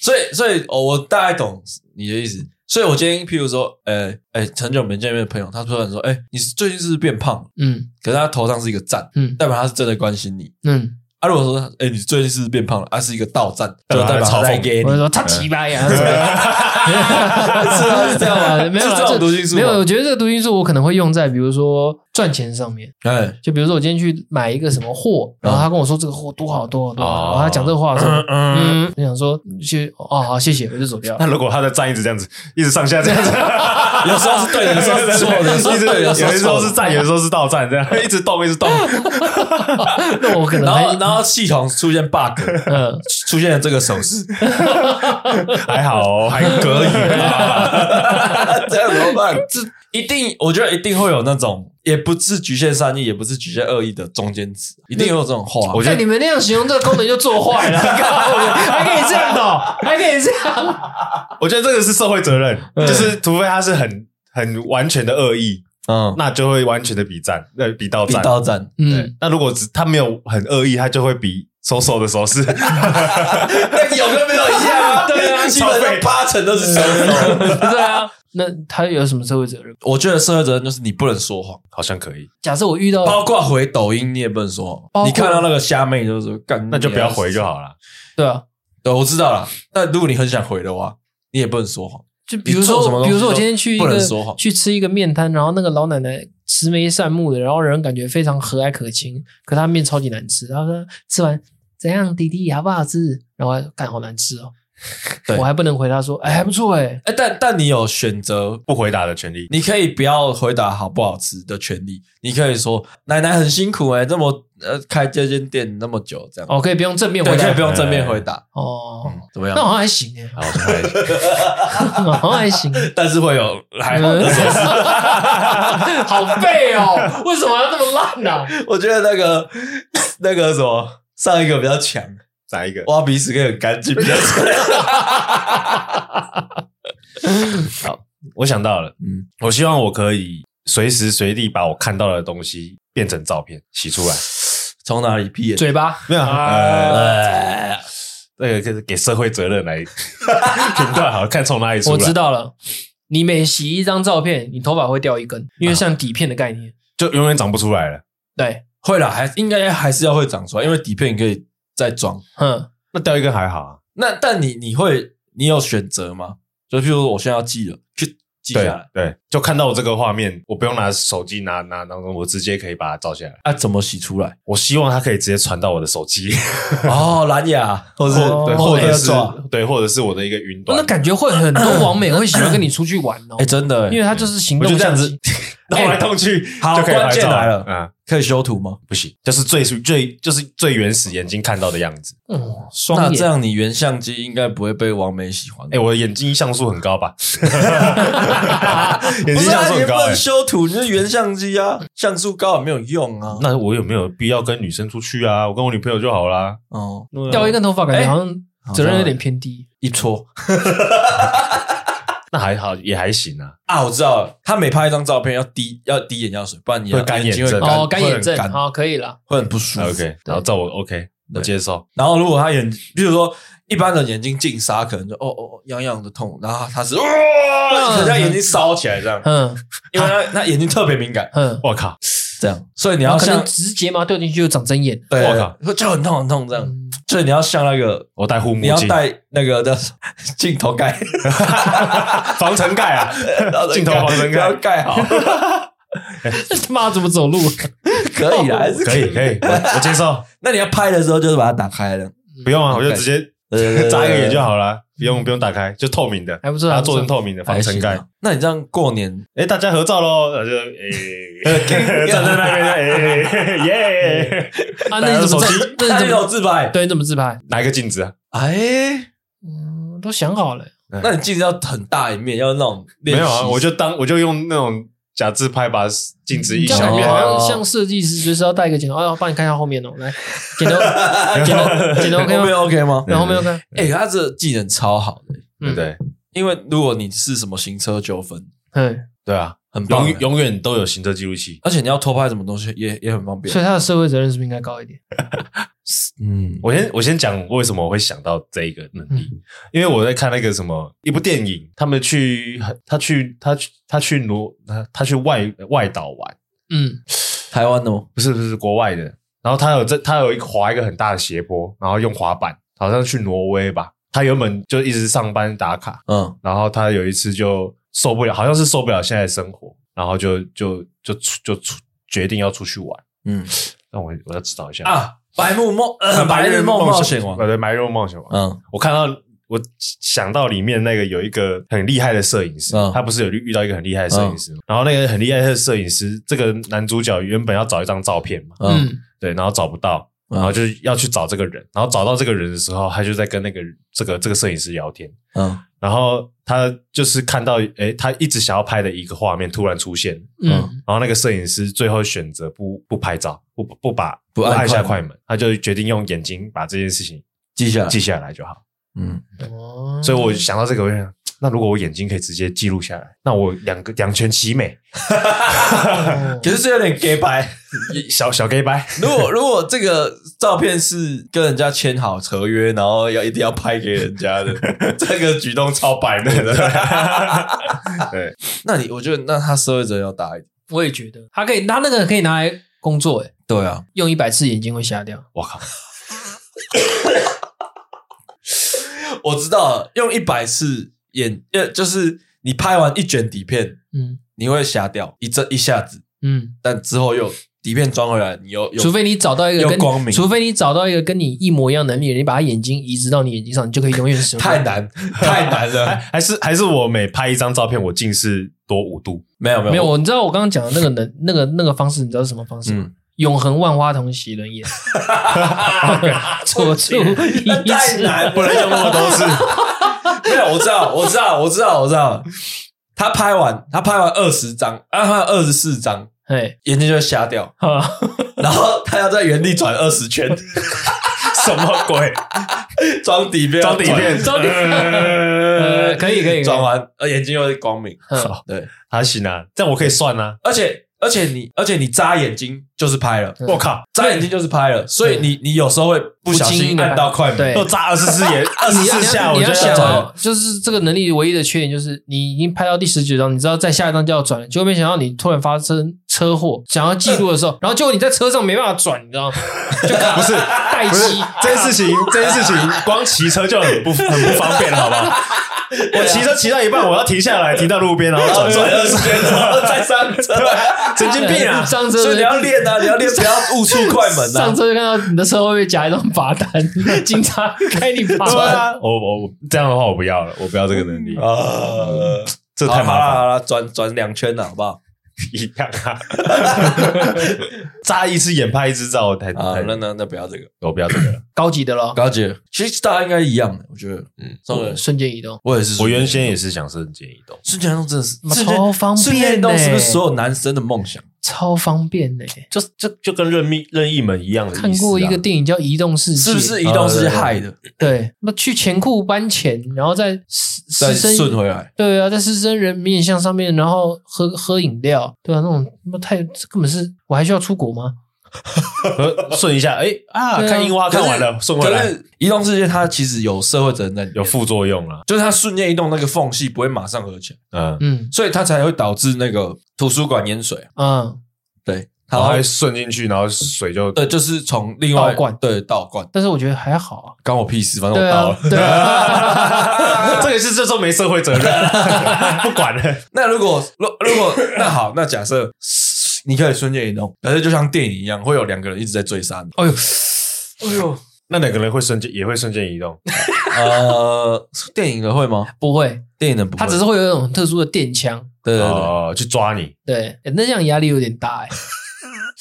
所以，所以、哦、我大概懂你的意思。所以，我今天譬如说，呃，哎，很久没见面的朋友，他突然说，哎，你最近是不是变胖了？嗯可是他头上是一个赞，嗯代表他是真的关心你。嗯，啊，如果说，哎，你最近是不是变胖了？啊，是一个倒赞，就对吧啊代表嘲讽在给我你就。说他奇葩呀，是啊是这样吗 啊，没有啦是这种 这读心术吗没有，我觉得这个读心术我可能会用在比如说赚钱上面。哎，就比如说我今天去买一个什么货，然后他跟我说这个货多好多好多好，哦然后他讲这个话 的时候，嗯，嗯，我想说谢哦好谢谢，我就走 掉那。如果他的赞一直这样子，一直上下这样子，有时候是对的，有时候是错的，有时候一是直对的，有时候的是时错候的是赞，有的时候是倒赞，这样一直动一直动。那我可能然还后，然后系统出现 bug， 嗯，出现了这个手势，还好哦，还可以吧。 这样怎么办？这一定，我觉得一定会有那种，也不是局限善意，也不是局限恶意的中间值，一定有这种话。我觉看得你们那样形容这个功能就做 坏了，还可以这样的哦，还可以这样，我觉得这个是社会责任，就是除非他是很很完全的恶意，嗯，那就会完全的比赞，那比到比赞。刀斩，嗯对，，那如果只他没有很恶意，他就会比收手的手势。那有跟没有一样啊？ 对啊，基本上八成都 是手手。对啊。那他有什么社会责任？我觉得社会责任就是你不能说谎， 好像可以，假设我遇到包括回抖音你也不能说谎。包括你看到那个虾妹就是干，那就不要回就好了。了。对啊，对，我知道了。但如果你很想回的话，你也不能说谎。就比如你做什么说，东西比如说我都今天去一不个能说谎去吃一个面摊，然后那个老奶奶慈眉善目的，然后人感觉非常和蔼可亲，可她面超级难吃。她说吃完怎样，弟弟好不好吃？然后我还干好难吃哦对，我还不能回答说哎还不错哎，哎，但但你有选择不回答的权利，你可以不要回答好不好吃的权利，你可以说奶奶很辛苦哎、这么呃开这间店那么久这样，哦可以不用正面对，回可以不答用正嗯面回答，哦，怎么样那？好像还行哎，好，我们开始好像还行。嗯但是会有还好， 好背哦，为什么要那么烂呢、我觉得那个那个什么上一个比较强，再一个。挖鼻屎可以很干净比较强。我想到了，嗯，我希望我可以随时随地把我看到的东西变成照片洗出来。 从哪里屁眼？嘴巴没有，呃，呃，那个就是给社会责任来 评断，好看从哪里出来。我知，道了，你每洗一张照片，你头发会掉一啊根，因为像底片的概念。就永远长不出来了。对，会了，还应该还是要会长出来，因为底片你可以再装。嗯，那掉一根还好啊，那但你你会你有选择吗？就譬如说我现在要记了，去记下对来对，就看到我这个画面，我不用拿手机拿拿拿，我直接可以把它照下来。啊，怎么洗出来？ 我希望它可以直接传到我的手机，哦，蓝牙，或是哦 对，或或者者 AirDrop 是对，或者是我的一个云端那。感觉会很多网美会喜欢跟你出去玩哦哎、，真的、因为它就是行我动就这样相子机。动来动去，好就可以关键拍照来了嗯，可以修图吗？不行，就是最最就是最原始眼睛看到的样子。嗯，那双这眼。样你原相机应该不会被王美喜欢。哎、我的眼睛像素很高 吧？眼不睛是像啊，素你很不高、能欸。修图，你是原相机啊，像素高也没有用啊。哎那我有没有必要跟女生出去啊？我跟我女朋友就好啦。哦，掉一根头发，感觉哎好像责任有点偏低。一戳那还好，也还行啊。啊，我知道了，他每拍一张照片要滴要滴眼药水，不然你要会干眼睛会症啊干哦，干眼症会很，干好，可以了。会很不舒服。嗯 OK，然后照我 OK，我接受。然后如果他眼，比如说一般的眼睛进沙，可能就哦哦哦痒痒的痛，然后他是哦哇，人家眼睛烧起来这样，嗯因为他他眼睛特别敏感，嗯，我靠，这样，所以你然要后哦可能像直睫毛掉进去就长针眼。对我靠，会就很痛很痛这样，嗯所以你要像那个我戴护目你要镜，戴那个的镜头盖，防尘盖啊，镜头防尘不要盖盖，好，这他 妈怎么走路？啊可以啦，还是可以可以，我我接受，那你要拍的时候就是把它打开了，不用啊，我就直接对对对对扎一个眼就好啦，不用不用打开，就透明的，呃还不错把它还不错做成透明的防尘还盖。那你这样过年哎，大家合照 喽，然后就哎， 站在那边，哎 耶，啊，那你怎么打个手自机？那那你你怎有么？自拍？对，你怎么自拍？拿一个镜子啊，哎，嗯，都想好了。那你镜子要很大一面，要那种没练习有啊，我就当我就用那种假自拍把镜子一嗯你这样小感觉面，啊好啊还哦要像像设计师，就是要带一个剪刀，哎，我帮你看一下后面哦，来，剪刀，剪刀，剪刀 OK 后面吗？ OK 吗？然后没有看，哎，他这技能超好的，对嗯，不，对？因为如果你是什么行车纠纷，嗯，对啊，很棒欸永，永远都有行车记录器。而且你要偷拍什么东西也也很方便所。以他的社会责任是不是应该高一点？嗯，我先我先讲为什么我会想到这一个能力，因为我在看那个什么一部电影，他们去他去他去他去挪他他去外外岛玩，嗯，台湾的哦吗？不是不是国外的，然后他有在他有一个滑一个很大的斜坡，然后用滑板，好像去挪威吧，他原本就一直上班打卡，嗯，然后他有一次就受不了，好像是受不了现在的生活，然后就就就出就出决定要出去玩，嗯让我我要指导一下。啊，白日梦呃 白日梦冒险王，呃对，白日梦冒险王，嗯我看到我想到里面那个有一个很厉害的摄影师，嗯他不是有遇到一个很厉害的摄影师吗，然后那个很厉害的摄影师，这个男主角原本要找一张照片嘛，嗯嗯，对，然后找不到，嗯然后就是要去找这个人，然后找到这个人的时候，他就在跟那个这个这个摄影师聊天，嗯然后他就是看到，诶，他一直想要拍的一个画面突然出现，嗯，然后那个摄影师最后选择不不拍照，不不把不按按下快快门，他就决定用眼睛把这件事情记下来记下来就好。嗯，哦所以 我想到这个，我就想，那如果我眼睛可以直接记录下来，那我两个两全其美，哦可是这有点 gay 白。 一小小 gay 白，如果如果这个照片是跟人家签好合约，然后要一定要拍给人家 的，这个举动超白目的。 对，那你我觉得那他社会责任要大一点。我也觉得，他可以，他那个可以拿来工作，哎，对啊，用一百次眼睛会瞎掉。我靠，我知道了，用一百次演，呃，就是你拍完一卷底片，嗯你会瞎掉一这一下子，嗯，但之后又底片装回来，你又又除非你找到一个有跟光明除非你找到一个跟你一模一样能力的人，你把他眼睛移植到你眼睛上，你就可以永 远使用。太， 难太难还了。哎还是还是我每拍一张照片，我近视多五度，没有没有没有，我你知道我刚刚讲的那个能那个那个方式，你知道是什么方式吗？嗯，永恒万花筒洗轮眼，左触移那太植。难，不能用那么 多次。 没有，我知道，我知道，我知道，我知道。他拍完，他拍完二十张，啊，拍二十四张，哎，眼睛就会瞎掉，好然后他要在原地转二十 圈，什么鬼？装底片，装底片，装底片呃呃可以可以可以转完，呃，眼睛又会光明。嗯对，还行啊，这样我可以算啊。而且而且你而且你眨眼睛就是拍了，嗯我靠，眨眼睛就是拍了，所以你你有时候会不小不经意心地按到快对门，都扎二十四眼，二十哎你要四你下，要我你就要想转了哦，就是这个能力唯一的缺点就是你已经拍到第十九章，你知道在下一章就要转了，结果没想到你突然发生车祸，想要记录的时候，然后结果你在车上没办法转，你知道吗？就卡不是待不是机，这件事情，这件事情光骑车就很不很不方便了，好不好？我骑车骑到一半，我要停下来，停到路边，然后然后转转转二十圈，然后再上车。神经病啊！ 上车所以你要练啊，你 要练，不要误触快门上啊。车就看到你的车后面夹一张罚单， 警察开你罚对单。啊，我我我这样的话我不要了，我不要这个能力，啊，这太麻好了烦了。好了，转转两圈了，好不好？一样啊， 扎一次眼拍一次照，太啊太，那那那不要这个，我不要这 个了。高级的咯，高姐，其实大家应该一样的，我觉得，嗯，这个瞬间移动，我也是，我原先也是想瞬间移动，瞬间动真的是妈超方便瞬间动是不是呢所有男生的梦想？超方便呢、就就就跟任命任意门一样的意思啊看过 一个电影叫《移动世界》，是不呃是移动世界害的？对，那去钱库搬钱，然后在狮再狮顺身回来，对啊，在狮身人面像上面，然后喝喝饮料，对啊，那种那太这根本是，我还需要出国吗？呃顺一下，哎啊，对啊看樱花看完了，顺回可来是移动世界它其实有社会责任在里面，有副作用了，就是它瞬间移动那个缝隙不会马上合起来，嗯，嗯所以它才会导致那个图书馆淹水啊。啊，对，然后它还会顺进去，然后水就对，呃就是从另外倒灌对倒灌，但是我觉得还好啊，关我屁事，反正对我倒哦了啊。，对 啊，这个是这时候没社会责任， 不管了。那如果如如果那好，那假设你可以瞬间移动，可是就像电影一样，会有两个人一直在追杀你。哎呦，哎呦，那两个人会瞬间也会瞬间移动，呃，电影的会吗？不会，电影的不会，他只是会有一种特殊的电枪。对对对，哦，去抓你，对，欸那这样压力有点大 哎、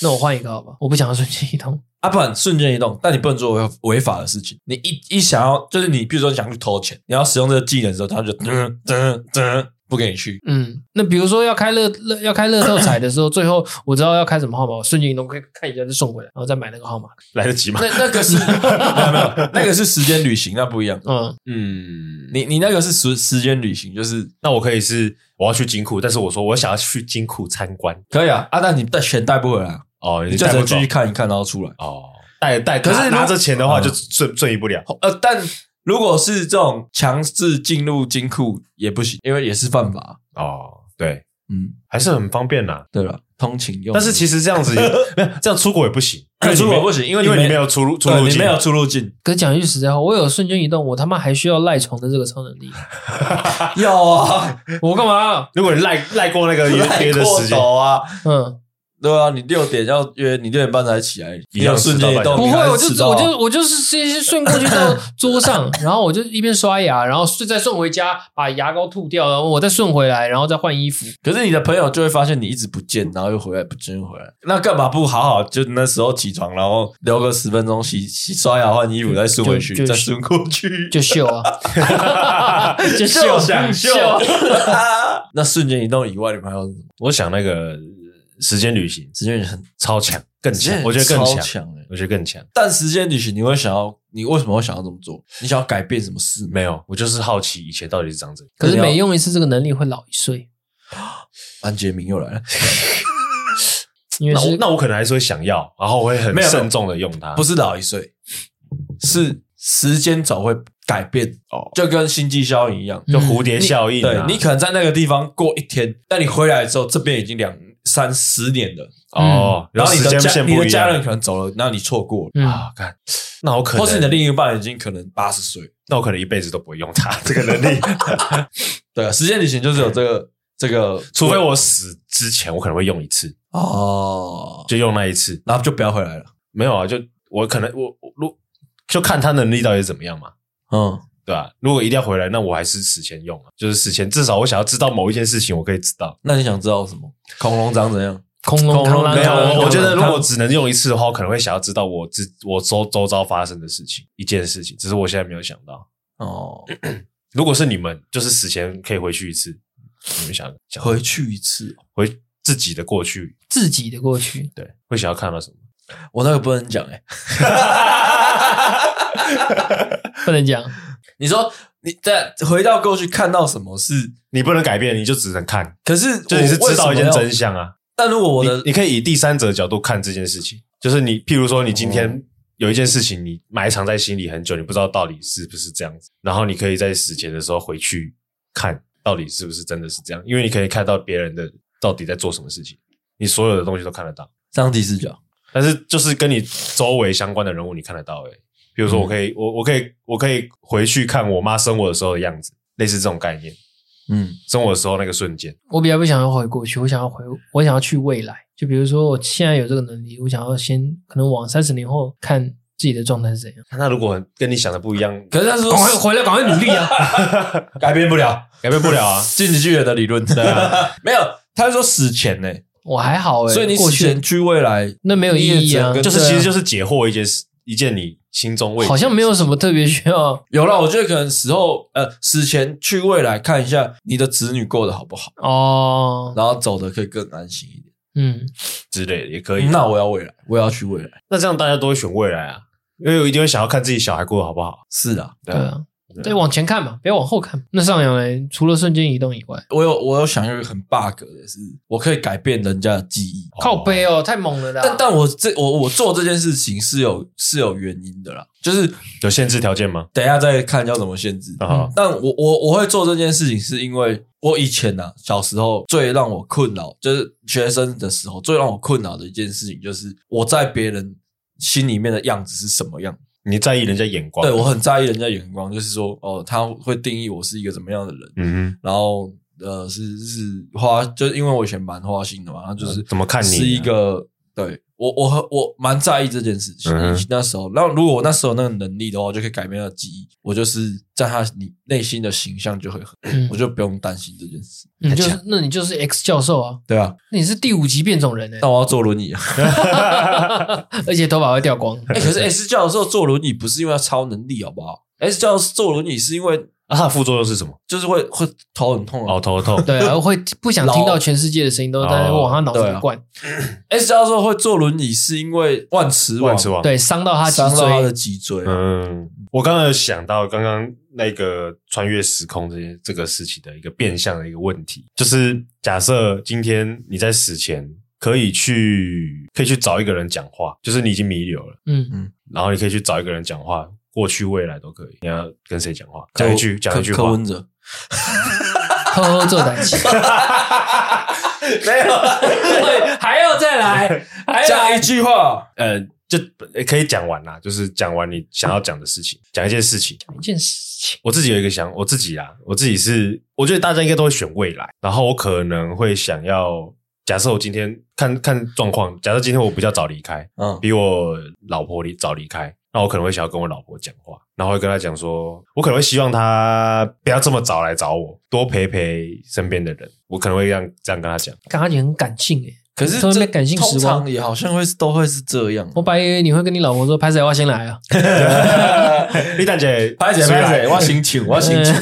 那我换一个好吧，我不想要瞬间移动。啊，不然瞬间移动，但你不能做违违法的事情。你一一想要，就是你，比如说你想去偷钱，你要使用这个技能的时候，他就噔噔噔不给你去。 嗯，那比如说要开乐乐要开乐透彩的时候，最后我知道要开什么号码，我瞬间移动可以看一下就送回来，然后再买那个 号码。来得及吗那？那个是没有没有，那个是时间旅行，那不一样。 嗯，嗯，你你那个是时时间旅行，就是那我可以是我要去金库，但是我说我想要去金库参观可以啊，啊，但你带钱带不回来啊，哦，你就带只不能走继续看一看，然后出来。哦，带带，可是拿如拿着钱的话嗯就瞬瞬移不了呃，但如果是这种强制进入金库也不行，因为也是犯法。哦，对，嗯，还是很方便啦。对了，通勤用。但是其实这 样子也没有这样出国也不行，因为出国不行，行，因因为为你没没有出入出对入你境，没有出入境。可讲一句实在话，我有瞬间移动，我他妈还需要赖床的这个超能 力， 有啊，我干嘛？如果你赖赖过 那个约约的时过间， 头啊。嗯，对啊，你六点要约，你六点半才起来，一样你有瞬间移动，迟到不你会，还是我就迟到我啊就我就是直接顺过去到桌 上，然后我就一边刷牙，然后顺再送回家，把牙膏吐掉，然后我再顺回来，然后再换衣服。可是你的朋友就会发现你一直不见，然后又回来，不见又回来，那干嘛不好好就那时候起床，然后留个十分钟洗洗刷牙换衣服，再顺回去就，就再顺过去，就 秀啊，就秀就想秀。那瞬间移动以外，你们还有什么我想那个时间旅行时间旅行？超强，更时间强，旅行我觉得更超强，强欸我觉得更强。但时间旅行，你会想要，你为什么会想要这么做？你想要改变什么事吗？没有，我就是好奇以前到底是长怎样。可是每用一次这个能力会老一岁，安杰明又来啊了，因为那我是那我可能还是会想要，然后我会很没有没有慎重的用它。不是老一岁，是时间早会改变，哦，就跟星际效应一样，就蝴蝶嗯你效应对啊，你可能在那个地方过一天，但你回来之后，这边已经两三十年了，哦，然后你时的间家线你不的一家人样可能走了，那你错过了，嗯，啊，看，那我可或是你的能另一半已经可能八十岁，那我可能一辈子都不会用 它这个能力，对啊，时间旅行就是有这个这个，除非我死之前我可能会用一次，哦，就用那一次。然后就不要回来了，没有啊，就我可能我我如就看他能力到底是怎么样嘛，嗯，对吧、如果一定要回来，那我还是死前用啊，就是死前至少我想要知道某一件事情，我可以知道。那你想知道什么？恐龙长怎样？恐龙恐龙螳螂没有，螳螂我我觉得螳如螂果只能用一次的话，我可能会想要知道我自我周周遭发生的事情，一件事情，只是我现在没有想到。哦，如果是你们，就是死前可以回去一次，你们想想回去一次，回自己的过去，自己的过去，对，会想要看到什么？我那个不能讲哎、不能讲，你说你在回到过去看到什么是？你不能改变，你就只能看，可是就我你是知道为什么一件要真，相啊。但如果我的你你可以以第三者的角度看这件事情，就是你，譬如说，你今天哦有一件事情你埋藏在心里很久，你不知道到底是不是这样子，然后你可以在死前的时候回去看到底是不是真的是这样，因为你可以看到别人的到底在做什么事情，你所有的东西都看得到，上帝视角，但是就是跟你周围相关的人物你看得到诶、欸比如说，我可以，我我可以，我可以回去看我妈生我的时候的样子，类似这种概念，嗯，生我的时候那个瞬间，我比较不想要回过去，我想要回，我想要去未来。就比如说，我现在有这个能力，我想要先可能往三十年后看自己的状态是怎样。那如果跟你想的不一 样，可是他说赶快哦回来，赶快努力啊！改变不了，。改变不了啊 进击巨人的理论，对啊，没有，他是说死前呢、 我还好哎、所以你过死前去去未来，那没有意义啊你也只能跟，就是对啊其实就是解惑一件事，一件你心中未解好像没有什么特别需要有了，我觉得可能死后，呃，死前去未来看一下你的子女过得好不好，哦。然后走的可以更安心一点。嗯，之类的也可以。那那我要未来，我要去未来。那这样大家都会选未来啊，因为我一定会想要看自己小孩过得好不好。是啊，对啊，对，往前看嘛，不要往后看。那上扬嘞，除了瞬间移动以外，我有我有想一个很 bug 的是，我可以改变人家的记忆。靠背哦，太猛了啦！但但我这我我做这件事情是有是有原因的啦，就是有限制条件吗？等一下再看要怎么限制。啊但我我我会做这件事情，是因为我以前呢、啊、小时候最让我困扰，就是学生的时候最让我困扰的一件事情，就是我在别人心里面的样子是什么样。你在意人家眼光？对我很在意人家眼光，就是说哦，他会定义我是一个怎么样的人，嗯然后呃是是花，就是因为我以前蛮花心的嘛，他就哼，是怎么看你啊？是一个。对我我我蛮在意这件事情。嗯哼那时候，那如果我那时候有那个能力的话，我就可以改变他的记忆。我就是在他你内心的形象就会很，嗯我就不用担心这件事。你就是那你就是 X 教授啊，对啊，那你是第五级变种人呢、欸那我要坐轮 椅啊！而且头发会 掉光。哎、可是 S 教授坐轮椅不是因为他超能力，好不好？S 教授坐轮椅是因为啊，它的副作用是什么？就是会会头很痛啊哦，。头痛。对啊，会不想听到全世界的声音，都在哦往他脑啊子里灌， S 教授会坐轮椅是因为万磁王万磁王。对，伤到他脊伤到他的椎。脊椎。嗯，我刚刚有想到刚刚那个穿越时空这件这个事情的一个变相的一个问题，就是假设今天你在死前可以去可以去找一个人讲话，就是你已经弥留了，嗯，然后你可以去找一个人讲话，过去未来都可以。你要跟谁讲话？柯讲一句讲一句柯柯话。文哲，呵呵，做胆气。 没有， 还要再 来，还讲一句话。呃，就呃可以讲完啦，就是讲完你想要讲的事情，讲一件事情。一件事情，我自己有一个想，我自己啦，我自己是，我觉得大家应该都会选未来，然后我可能会想要，假设我今天看看状况，假设今天我比较早离开，嗯，比我老婆离早离开，那我可能会想要跟我老婆讲话，然后会跟她讲说，我可能会希望她不要这么早来找我，多陪陪身边的人，我可能会这样这样跟 她讲。刚刚你很感性诶。可是突然这被感性通时常光。也好像会是都会是这样。我本来以为你会跟你老婆说拍谁我先来啊，李丹姐，拍姐谁来拍姐，我心 情，我心情。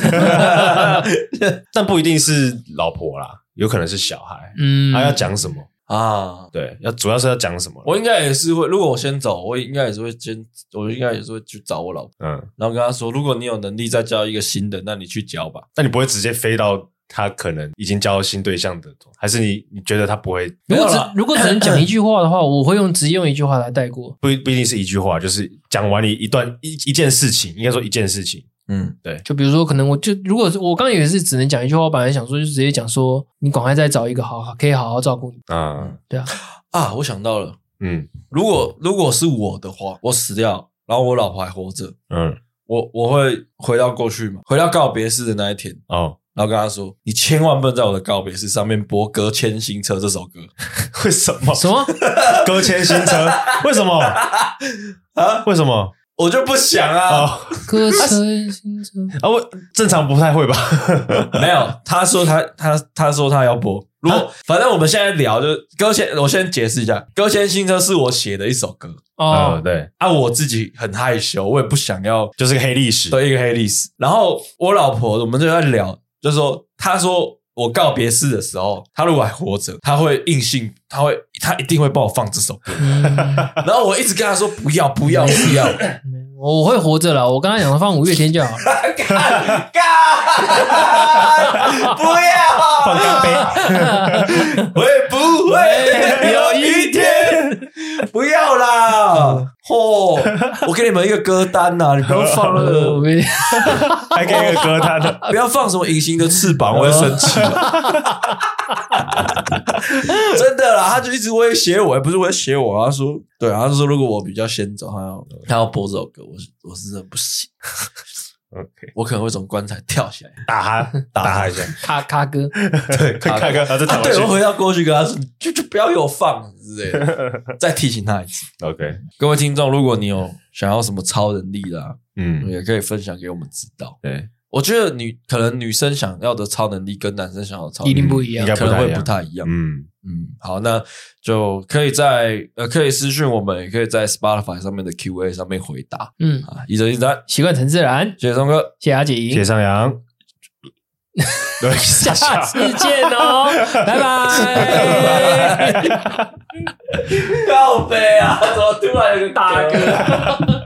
但不一定是老婆啦，有可能是小孩，嗯，哎他、要讲什么？啊，对，要主要是要讲什么？我应该也是会，如果我先走，我应该也是会先，我应该也是会去找我老婆，嗯，然后跟她说，如果你有能力再交一个新的，那你去交吧。但你不会直接飞到他可能已经交到新对象的，还是你你觉得他不会？如果没有只啦如果只能讲一句话的话，我会用直接用一句话来带过。不一不一定是一句话，就是讲完你一段一一件事情，应该说一件事情。嗯，就比如说，可能我就如果是我刚刚以为是只能讲一句话，我本来想说就直接讲说，你赶快再找一个好好可以好好照顾你。啊，对啊，啊，我想到了，嗯如果如果是我的话，我死掉，然后我老婆还活着，嗯，我我会回到过去嘛，回到告别式的那一天，哦， 然后跟他说：“你千万不能在我的告别式上面播《歌千星车》这首歌 为什哦么什么？搁浅新车？为什么啊！为什么？”我就不想啊，哦歌声行者啊，我正常不太会吧？没有。他说他他他说他要播。如果反正我们现在聊，就是歌千，我先解释一下，《歌千星车》是我写的一首歌哦， 哦，对，啊，我自己很害羞，我也不想要就是个黑历史。对一个黑历史。然后我老婆，我们就在聊，就说她说我告别式的时候，她如果还活着，她会硬性，她会她一定会帮我放这首 歌。嗯然后我一直跟她说不要不要不要，我会活着了。我刚刚讲的放五月天就好了。干干！ 不要，放干杯，会不会 有一天不要啦？嚯、我给你们一个歌单呐、你不要放那呃个，我 跟你还给一个歌单的。不要放什么隐形的翅膀，我会生气。 真的啦，他就一直威胁我，不是威胁我，他说，对啊，他说如果我比较先走，他要他要播这首歌，我是我是真的不行， OK，我可能会从棺材跳下来。打哈打哈一下， 咔咔哥，对，看看他啊，在打对，我游回到过去跟他说，就就不要给我放之类 的，再提醒他一次。戏 OK，各位听众，如果你有想要什么超能力啦、嗯，也可以分享给我们知道。对，我觉得女可能女生想要的超能力跟男生想要的超能一力定不一样应该可不能太一会不样。太一样。嗯，嗯，好，那就可以在呃可以私讯我们，也可以在 Spotify 上面的 Q&A 上面回答嗯，啊。一泽一泽，习惯成自然，谢谢松 哥，谢谢阿锦，谢谢上扬，对，下次见哦，拜拜。告白啊！怎么突然有个大哥？